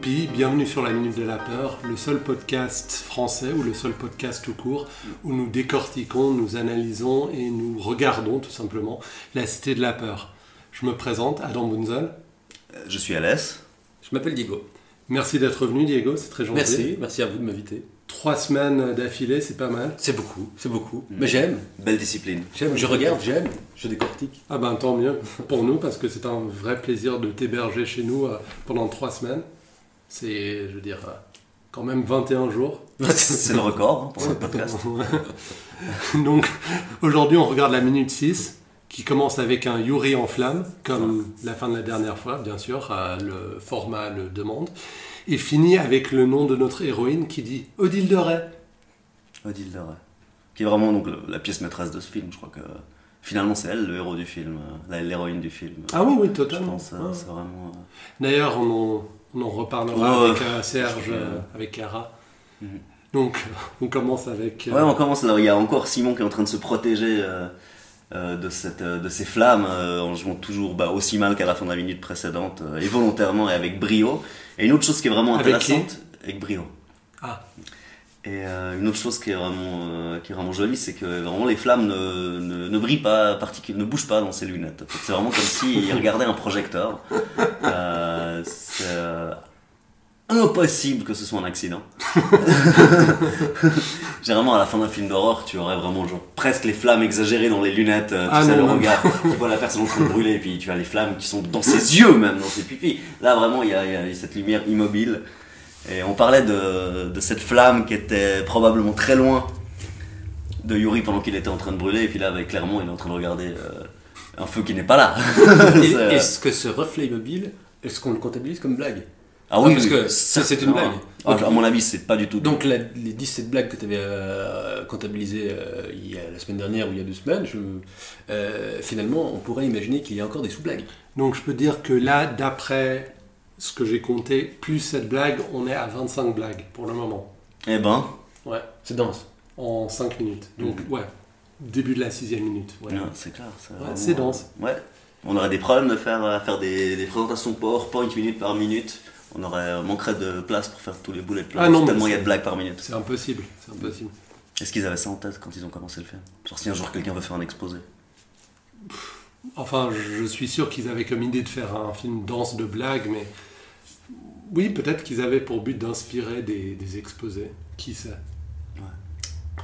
bienvenue sur la Minute de la Peur, le seul podcast français ou le seul podcast tout court où nous décortiquons, nous analysons et nous regardons tout simplement la Cité de la Peur. Je me présente, Adam Bunzel. Je suis Alès. Je m'appelle Diego. Merci d'être venu Diego, c'est très gentil. Merci, merci à vous de m'inviter. Trois semaines d'affilée, c'est pas mal. C'est beaucoup, c'est beaucoup. Mm. Mais j'aime. Belle discipline. J'aime, je regarde, j'aime, je décortique. Ah ben tant mieux pour nous parce que c'est un vrai plaisir de t'héberger chez nous euh, pendant trois semaines. C'est, je veux dire, euh, quand même 21 jours. C'est le record hein, pour le podcast. Donc aujourd'hui on regarde la minute 6 qui commence avec un Yuri en flamme, comme la fin de la dernière fois, bien sûr, euh, le format le demande, et finit avec le nom de notre héroïne qui dit Odile de Ray. Odile de Ray. Qui est vraiment donc, le- la pièce maîtresse de ce film. Je crois que finalement, c'est elle le héros du film, euh, la- l'héroïne du film. Ah oui, oui, Je totalement. pense, euh, Ouais. c'est vraiment. euh, D'ailleurs, on en, on en reparlera Ouais, avec ouais. euh, Serge, Je- euh, avec Cara. Mhm. Donc, on commence avec. euh, Ouais, on commence là. Il y a encore Simon qui est en train de se protéger euh, euh, de, cette, euh, de ces flammes euh, en jouant toujours bah, aussi mal qu'à la fin de la minute précédente, euh, et volontairement et avec brio. Et une autre chose qui est vraiment Avec intéressante, avec brio. Ah. Et euh, une autre chose qui est vraiment, euh, qui est vraiment jolie, c'est que vraiment les flammes ne, ne, ne brillent pas, particu- ne bougent pas dans ses lunettes. En fait, C'est vraiment comme s'il regardait un projecteur. Euh, c'est euh, impossible que ce soit un accident. Généralement, à la fin d'un film d'horreur, tu aurais vraiment genre, presque les flammes exagérées dans les lunettes. euh, tu Ah sais, non, le non. regard, tu vois la personne en train de brûler, et puis tu as les flammes qui sont dans ses yeux, même dans ses pupilles. Là, vraiment, il y a, il y a cette lumière immobile. Et on parlait de, de cette flamme qui était probablement très loin de Yuri pendant qu'il était en train de brûler, et puis là, avec clairement, il est en train de regarder euh, un feu qui n'est pas là. Et- euh, C'est- euh, Est-ce que ce reflet immobile, est-ce qu'on le comptabilise comme blague Ah Non, parce que ça, c'est une certainement. blague. Ah, Donc- à mon avis, c'est pas du tout. Donc la- les 17 blagues que tu avais comptabilisées euh, il y a la semaine dernière ou il y a deux semaines, je- euh, finalement on pourrait imaginer qu'il y a encore des sous-blagues. Donc, je peux dire que là, d'après ce que j'ai compté, plus cette blague, on est à 25 blagues pour le moment, Eh ben, Ouais. C'est dense. en 5 minutes. Donc, Mhm. ouais, début de la sixième minute. ouais. non, c'est clair. C'est vraiment- euh, c'est dense. Ouais. On aurait des problèmes de faire, à faire des, des présentations PowerPoint minute par minute. On aurait on manquerait de place pour faire tous les boulettes Ah non, mais tellement il y a c'est- de blagues par minute. C'est impossible, c'est impossible. Est-ce qu'ils avaient ça en tête quand ils ont commencé le film Genre si un jour quelqu'un veut faire un exposé. Enfin, je suis sûr qu'ils avaient comme idée de faire un film dense de blagues, mais oui, peut-être qu'ils avaient pour but d'inspirer des, des exposés. Qui sait Ouais.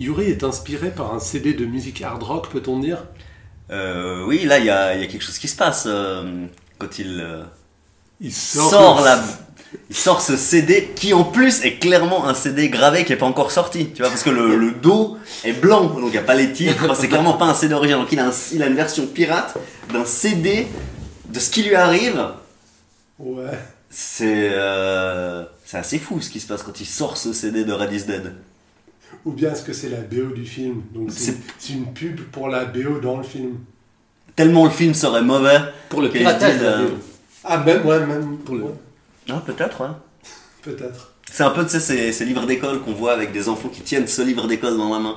Yuri est inspiré par un CD de musique hard rock, peut-on dire Euh, oui, là il y a, il y a quelque chose qui se passe euh, quand il euh, Il sort le- la. Il sort ce CD qui en plus est clairement un CD gravé qui n'est pas encore sorti, tu vois, parce que le, le dos est blanc, donc il n'y a pas les titres, Enfin, c'est clairement pas un CD original, donc il a, un- il a une version pirate d'un CD de ce qui lui arrive, Ouais. c'est euh, c'est assez fou ce qui se passe quand il sort ce CD de Red is Dead. Ou bien est-ce que c'est la BO du film Donc c'est C'est- c'est une pub pour la BO dans le film. Tellement le film serait mauvais. Pour le Ok, piratage, hein. dis-le. la vidéo. Ah, même, ouais, même Pour le- ouais, Ah, peut-être, ouais. Peut-être. C'est un peu, tu sais, ces, ces livres d'école qu'on voit avec des enfants qui tiennent ce livre d'école dans la main,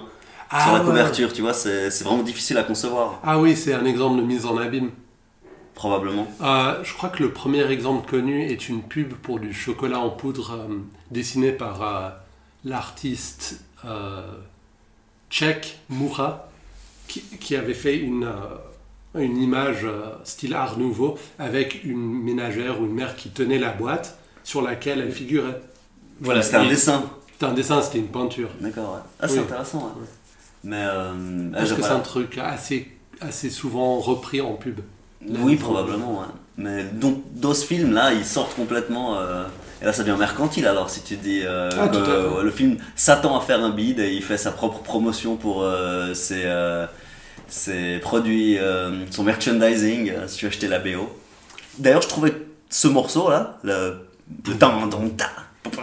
Ah sur la Ah, ouais. couverture, tu vois, c'est c'est vraiment difficile à concevoir, Ah oui, c'est un exemple de mise en abîme. probablement. Euh, je crois que le premier exemple connu est une pub pour du chocolat en poudre euh, dessinée par euh, l'artiste euh, tchèque Moura qui, qui avait fait une, euh, une image euh, style art nouveau avec une ménagère ou une mère qui tenait la boîte sur laquelle elle figurait. Voilà, C'était un et- dessin. C'était un dessin, c'était une peinture. D'accord, ouais. Ah, c'est Oui. intéressant, ouais. Ouais. Mais. Euh, ah, Parce j'ai que pas c'est un la- truc assez, assez souvent repris en pub. Oui, probablement, ouais. Mais donc, dans ce film-là, ils sortent complètement. euh, Et là, ça devient mercantile alors si tu dis euh, Ah, tout à que fait. le film s'attend à faire un bid et il fait sa propre promotion pour euh, ses, euh, ses produits, euh, son merchandising. euh, Si tu veux acheter la BO. D'ailleurs, je trouvais ce morceau-là, le, le tan, tan, ta,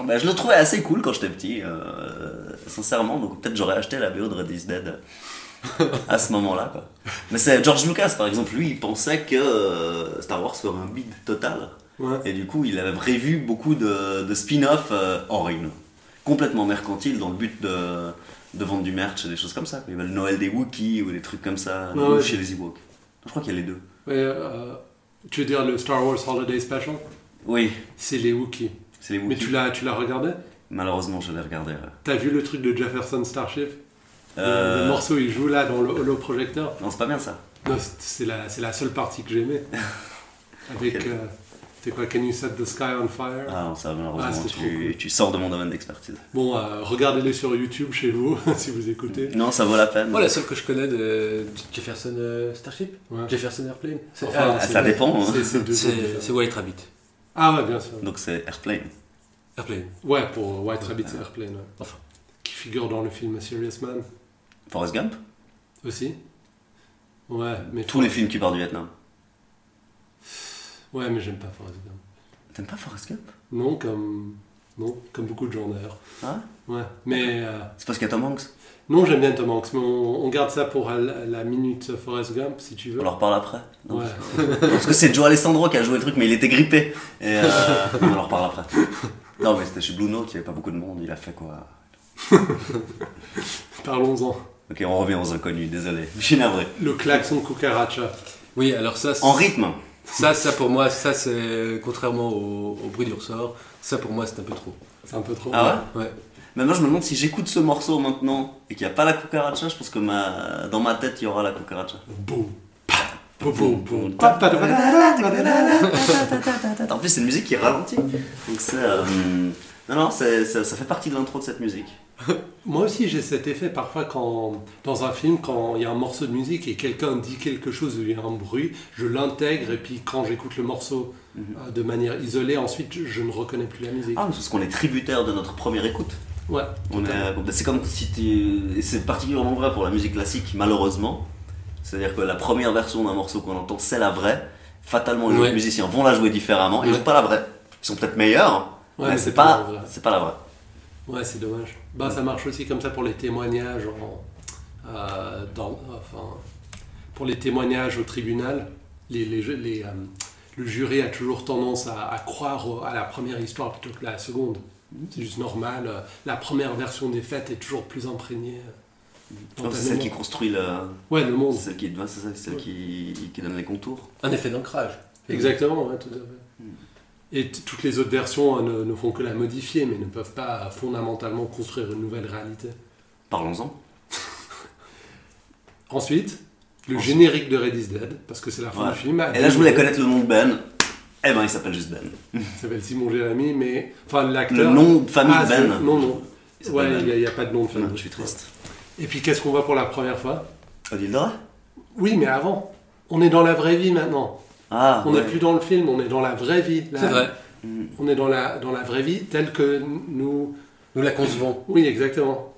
ben, je le trouvais assez cool quand j'étais petit, euh, sincèrement. Donc peut-être j'aurais acheté la BO de Red is Dead euh, à ce moment-là. quoi. Mais c'est George Lucas, par exemple, lui, il pensait que euh, Star Wars serait un bid total. Ouais. Et du coup, il avait prévu beaucoup de, de spin-off euh, en règle, complètement mercantile, dans le but de, de vendre du merch et des choses comme ça. quoi. Il y avait le Noël des Wookiees ou des trucs comme ça, Ouais, ou ouais. chez les Ewoks. Je crois qu'il y a les deux. Ouais, euh, tu veux dire le Star Wars Holiday Special Oui, C'est les Wookiees. C'est les Mais Wookiees. tu l'as, tu l'as regardé Malheureusement, je l'ai regardé. ouais. T'as vu le truc de Jefferson Starship Le- Euh, Le morceau, il joue là dans le holoprojecteur. Non, c'est pas bien ça. Non, c'est- c'est la, c'est la seule partie que j'aimais. Avec. Ok. euh, C'était quoi Can You Set the Sky on Fire Ah non, ça, malheureusement, Ah, c'était trop tu, tu sors de mon domaine d'expertise. Bon, euh, regardez-les sur YouTube chez vous, si vous écoutez. Non, ça vaut la peine. Moi, la seule que je connais de Jefferson euh, Starship Ouais. Jefferson Airplane C'est Enfin, ah, Ah, c'est- ça dépend. hein. C'est- c'est deux- c'est- c'est White Rabbit. Ah ouais, bien sûr. Donc c'est Airplane. Airplane. Ouais, pour White Rabbit c'est Airplane, ouais. Enfin. qui figure dans le film Serious Man Forrest Gump aussi. Ouais, mais Tous les films qui partent du Vietnam. Ouais, mais j'aime pas Forrest Gump. T'aimes pas Forrest Gump Non, comme non, comme beaucoup de gens d'ailleurs. Ah Ouais, mais euh, C'est parce qu'il y a Tom Hanks non, j'aime bien Tom Hanks, mais on, on garde ça pour euh, la, la minute Forrest Gump si tu veux. On leur parle après. Non. Ouais. Parce que c'est Joe Alessandro qui a joué le truc, mais il était grippé. Et euh, on en reparle après. Non, mais c'était chez Blue Note, il n'y avait pas beaucoup de monde. Il a fait quoi Parlons-en. Ok, on revient aux inconnus, désolé. Je suis navré. Le klaxon cucaracha. Oui, alors ça, c'est- En rythme ça, ça pour moi, ça c'est contrairement au, au bruit du ressort, ça pour moi c'est un peu trop. C'est un peu trop. Ah ouais Ouais. Maintenant, je me demande si j'écoute ce morceau maintenant et qu'il n'y a pas la cucaracha, je pense que ma... dans ma tête, il y aura la cucaracha. Boum. pa, boum, boum, boum. Pa, pa, pa, pa. En plus, c'est une musique qui ralentit. Donc, c'est. euh, Non, non, c'est- ça, ça fait partie de l'intro de cette musique. Moi aussi, j'ai cet effet parfois quand, dans un film, quand il y a un morceau de musique et quelqu'un dit quelque chose ou il y a un bruit, je l'intègre et puis quand j'écoute le morceau euh, de manière isolée, ensuite je, je ne reconnais plus la musique. Mhm. Ah, mais c'est parce qu'on est tributaire de notre première écoute. Ouais, On est- C'est comme si tu. Et c'est particulièrement vrai pour la musique classique, malheureusement. C'est-à-dire que la première version d'un morceau qu'on entend, c'est la vraie. Fatalement, les Ouais. autres musiciens vont la jouer différemment. Ils Ouais. n'ont pas la vraie. Ils sont peut-être meilleurs, Ouais, mais mais c'est c'est pas pas, la vraie. c'est pas la vraie. ouais, c'est dommage. Bah, ça marche aussi comme ça pour les témoignages, en- euh, dans- enfin, pour les témoignages au tribunal, les, les, ju- les, euh, le jury a toujours tendance à, à croire au- à la première histoire plutôt que la seconde. C'est juste normal. euh, La première version des faits est toujours plus imprégnée. euh, dans Non, ta Ah, C'est celle qui mémoire. Oh. construit le. Ouais, le C'est monde. celle qui, ouais, c'est ça, c'est celle qui... qui donne les contours. Un effet d'ancrage. Exactement, ouais, tout à fait. Hmm. Et t- toutes les autres versions euh, ne, ne font que la modifier, mais ne peuvent pas euh, fondamentalement construire une nouvelle réalité. Parlons-en. Ensuite, le Ensuite. générique de Red is Dead, parce que c'est la fin Ouais. du film. Et là, je voulais connaître le nom de Ben. Eh ben, il s'appelle juste Ben. Il s'appelle Simon Jérémy, mais. Enfin, Le l'acteur. nom de famille Ah, c'est- Ben. Non, non. Il s'appelle Ouais, Ben. il n'y a, pas de nom de film. Non, je suis triste. Et puis, qu'est-ce qu'on voit pour la première fois Odildra Oui, mais avant. On est dans la vraie vie maintenant. Ah, On n'est ouais. plus dans le film, on est dans la vraie vie. là. C'est vrai. Mm. On est dans la, dans la vraie vie telle que nous Nous la concevons. Oui, exactement.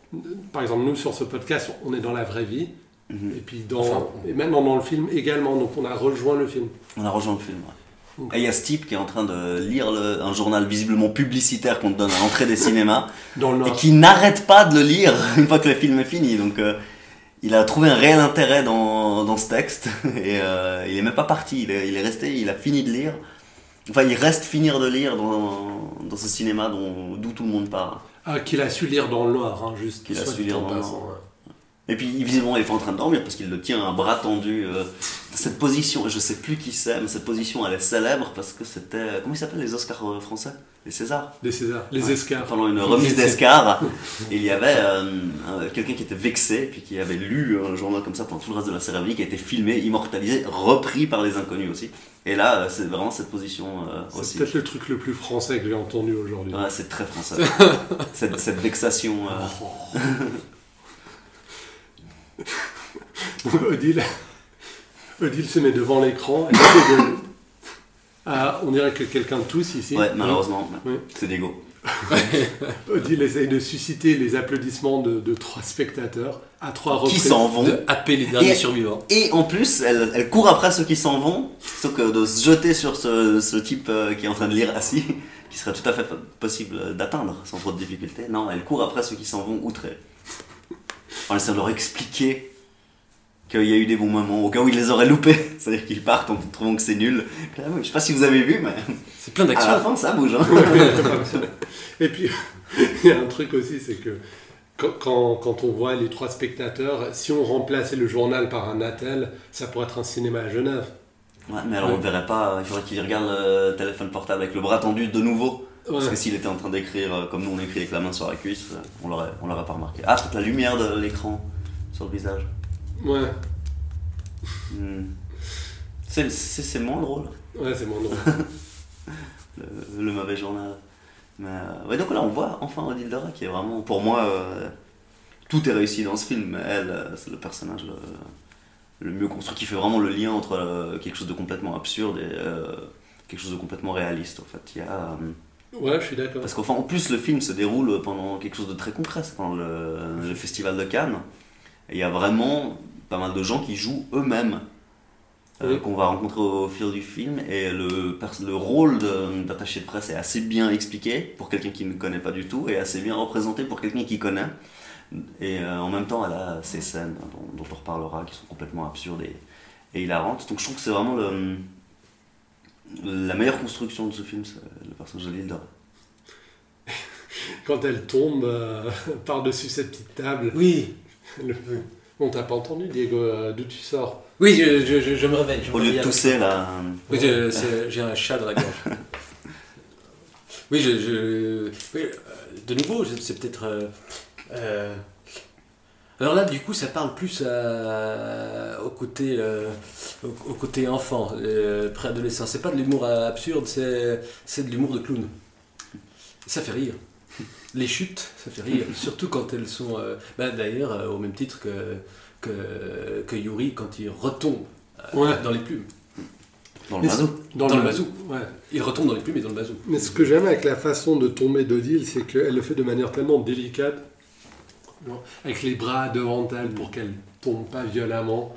Par exemple, nous, sur ce podcast, on est dans la vraie vie. Mhm. Et puis, dans, Enfin, et maintenant dans le film également. Donc, on a rejoint le film. On a rejoint le film. ouais. Ok. Et il y a ce type qui est en train de lire le- un journal visiblement publicitaire qu'on te donne à l'entrée des cinémas Dans le et Nord. qui n'arrête pas de le lire une fois que le film est fini. Donc euh, il a trouvé un réel intérêt dans, dans ce texte et euh, il est même pas parti. Il est, il est resté, il a fini de lire. Enfin, il reste finir de lire dans, dans ce cinéma dont- d'où tout le monde parle. Ah, qu'il a su lire dans le noir, hein, juste. Qu'il a soit su dit lire en dans le passant, noir. hein. Et puis visiblement il est pas en train de dormir parce qu'il le tient à bras tendu. euh, cette position, je sais plus qui c'est, mais cette position elle est célèbre parce que c'était comment ils s'appellent les Oscars euh, français, les Césars. Les Césars, les Ouais. escarres. Pendant une remise d'Escar, il y avait euh, un- quelqu'un qui était vexé puis qui avait lu un journal comme ça pendant tout le reste de la cérémonie, qui a été filmé, immortalisé, repris par les inconnus aussi. Et là euh, c'est vraiment cette position euh, C'est aussi. peut-être le truc le plus français que j'ai entendu aujourd'hui. Ouais, c'est très français. cette, cette vexation. euh, Odile, Odile se met devant l'écran. et essaie de- Ah, on dirait que quelqu'un tousse ici. Ouais, malheureusement, Ouais. c'est Diego. Odile essaye de susciter les applaudissements de, de trois spectateurs à trois Qui reprises. s'en vont De happer les derniers Et- survivants. Et en plus, elle, elle court après ceux qui s'en vont, plutôt que de se jeter sur ce, ce type euh, qui est en train de lire assis, qui serait tout à fait possible d'atteindre sans trop de difficulté. Non, elle court après ceux qui s'en vont outrés. En essayant de leur expliquer qu'il y a eu des bons moments, au cas où ils les auraient loupés. C'est-à-dire qu'ils partent en trouvant que c'est nul. Puis là, Je sais pas si vous avez vu, mais C'est plein à la d'actions. fin, ça bouge. hein. Et puis, il y a un truc aussi, c'est que quand, quand- quand on voit les trois spectateurs, si on remplaçait le journal par un attel, ça pourrait être un cinéma à Genève. Ouais, mais alors on verrait pas, il faudrait qu'ils regardent le téléphone portable avec le bras tendu de nouveau. Parce Ouais. que s'il était en train d'écrire euh, comme nous on écrit avec la main sur la cuisse, euh, on l'aurait on l'aurait pas remarqué. Ah, peut-être la lumière de l'écran sur le visage. Ouais, Hmm. C'est c'est- c'est moins drôle, ouais c'est mon nom. le, le mauvais journal. Mais, euh, ouais, donc là, on voit enfin Odile Dora qui est vraiment, pour moi, euh, tout est réussi dans ce film. mais Elle, euh, c'est le personnage le, le mieux construit qui fait vraiment le lien entre euh, quelque chose de complètement absurde et euh, quelque chose de complètement réaliste. En fait, il y a. euh, Ouais, je suis d'accord. Parce qu'enfin, en plus, le film se déroule pendant quelque chose de très concret, c'est pendant le, le festival de Cannes. Et il y a vraiment pas mal de gens qui jouent eux-mêmes, euh, Oui. qu'on va rencontrer au fil du film. Et le, pers- le rôle de- d'attaché de, presse est assez bien expliqué pour quelqu'un qui ne connaît pas du tout, et assez bien représenté pour quelqu'un qui connaît. Et euh, en même temps, elle a ces scènes hein, dont, dont on reparlera qui sont complètement absurdes et, et hilarantes. Donc je trouve que c'est vraiment le- la meilleure construction de ce film, c'est le personnage de Lille Dora. Quand elle tombe euh, par-dessus cette petite table. Oui, le- On t'a pas entendu, Diego, euh, d'où tu sors oui, je, je- je- je me réveille. je me Au lieu de réveille. tousser là. Oui, je- c'est- j'ai un chat dans la gorge. Oui, je, je- oui, euh, de nouveau, je- c'est peut-être. euh, euh, alors là, du coup, ça parle plus à- au côté, euh, au, au côté enfant, euh, préadolescent. C'est pas de l'humour euh, absurde, c'est c'est de l'humour de clown. Ça fait rire. Les chutes, ça fait rire. Surtout quand elles sont. euh, bah, D'ailleurs, euh, au même titre que, que, que Yuri quand il retombe euh, Ouais. dans les plumes. Dans le Mais mazo. Dans le bazou. Ouais. Il retombe dans les plumes et dans le bazou. Mais ce que j'aime avec la façon de tomber d'Odile, c'est qu'elle le fait de manière tellement délicate, genre, avec les bras devant elle pour qu'elle tombe pas violemment,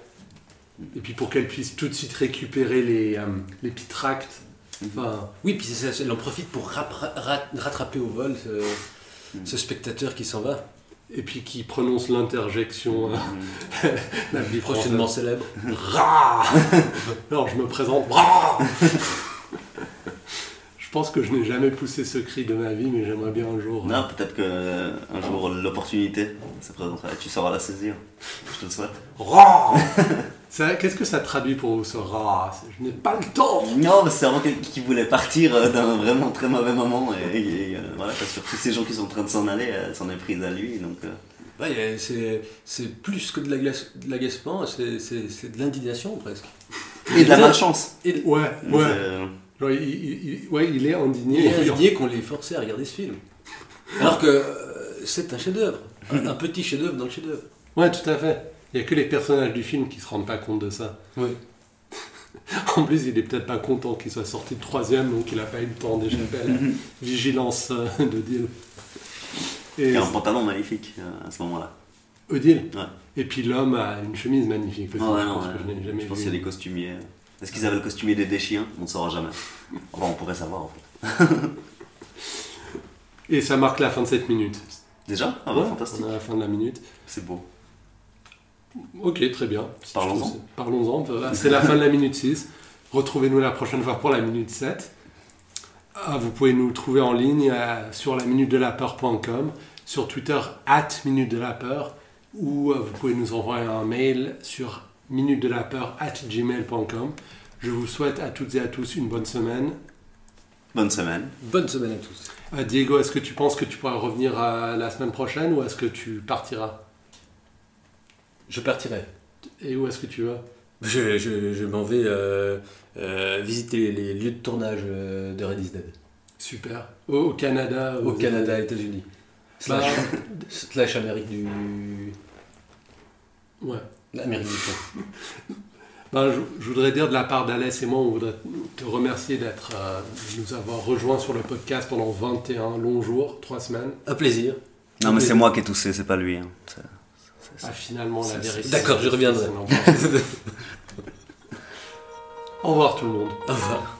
et puis pour qu'elle puisse tout de suite récupérer les, euh, les petits tracts. Enfin, Oui, puis ça, ça, elle en profite pour rap- ra- ra- rattraper au vol ce, ce spectateur qui s'en va, et puis qui prononce l'interjection, euh, la vie prochainement célèbre. Rah Alors je me présente. Rah je pense que je n'ai jamais poussé ce cri de ma vie, mais j'aimerais bien un jour. euh, Non, peut-être que euh, un jour l'opportunité se présentera et tu sauras la saisir. Je te le souhaite. Rah Ça- Qu'est-ce que ça traduit pour vous ce rah C'est, Je n'ai pas le temps Non, mais c'est vraiment quelqu'un qui voulait partir euh, d'un vraiment très mauvais moment et, et, euh, voilà, parce que tous ces gens qui sont en train de s'en aller, elle s'en est prise à lui. Donc, euh, Ouais, euh, c'est- c'est plus que de l'agla- de l'agacement, c'est c'est- c'est de l'indignation presque. Et de la malchance. Et de- Ouais, Donc, ouais. euh, Genre, il, il- il- ouais, il est indigné. il est indigné qu'on les forçait à regarder ce film. Alors que euh, c'est un chef-d'œuvre, un un petit chef-d'œuvre dans le chef-d'œuvre. Ouais, tout à fait. Il n'y a que les personnages du film qui se rendent pas compte de ça. Oui. En plus, il est peut-être pas content qu'il soit sorti de troisième, donc il n'a pas eu le temps d'échapper à la vigilance euh, d'Odile. Il Et y a un pantalon magnifique euh, à ce moment-là. Odile. Ouais. Et puis l'homme a une chemise magnifique. parce Ah que ouais, je non, pense ouais. que je n'ai jamais Je pense vu. qu'il y a des costumiers. Est-ce qu'ils avaient le costumier des déchiens On ne saura jamais. Enfin, on pourrait savoir en fait. Et ça marque la fin de cette minute. Déjà Ah bah, Ouais, fantastique. On a la fin de la minute. C'est beau. Ok, très bien. Si tu Parlons-en. trouves- Parlons-en. Voilà, C'est la fin de la minute 6. Retrouvez-nous la prochaine fois pour la minute 7. Ah, vous pouvez nous trouver en ligne euh, sur la minute de la peur.com, sur Twitter, at minute de la peur, ou euh, vous pouvez nous envoyer un mail sur minute de la peur, at gmail.com. Je vous souhaite à toutes et à tous une bonne semaine. Bonne semaine. Bonne semaine à tous. Euh, Diego, est-ce que tu penses que tu pourras revenir euh, la semaine prochaine ou est-ce que tu partiras Je partirai. Et où est-ce que tu vas Je, je- je m'en vais euh, euh, visiter les lieux de tournage euh, de Red is Dead. Super. Au, au Canada Au aux- Canada, États-Unis. Bah, Slash, slash Amérique du. ouais. Amérique du Sud. Ben, je, je voudrais dire de la part d'Alès et moi, on voudrait te remercier d'être, euh, de nous avoir rejoints sur le podcast pendant 21 longs jours, 3 semaines, Un plaisir. Non, mais c'est moi qui ai toussé, c'est pas lui. hein. C'est- à finalement la C'est- vérité. D'accord, je reviendrai. Au revoir tout le monde. Au revoir.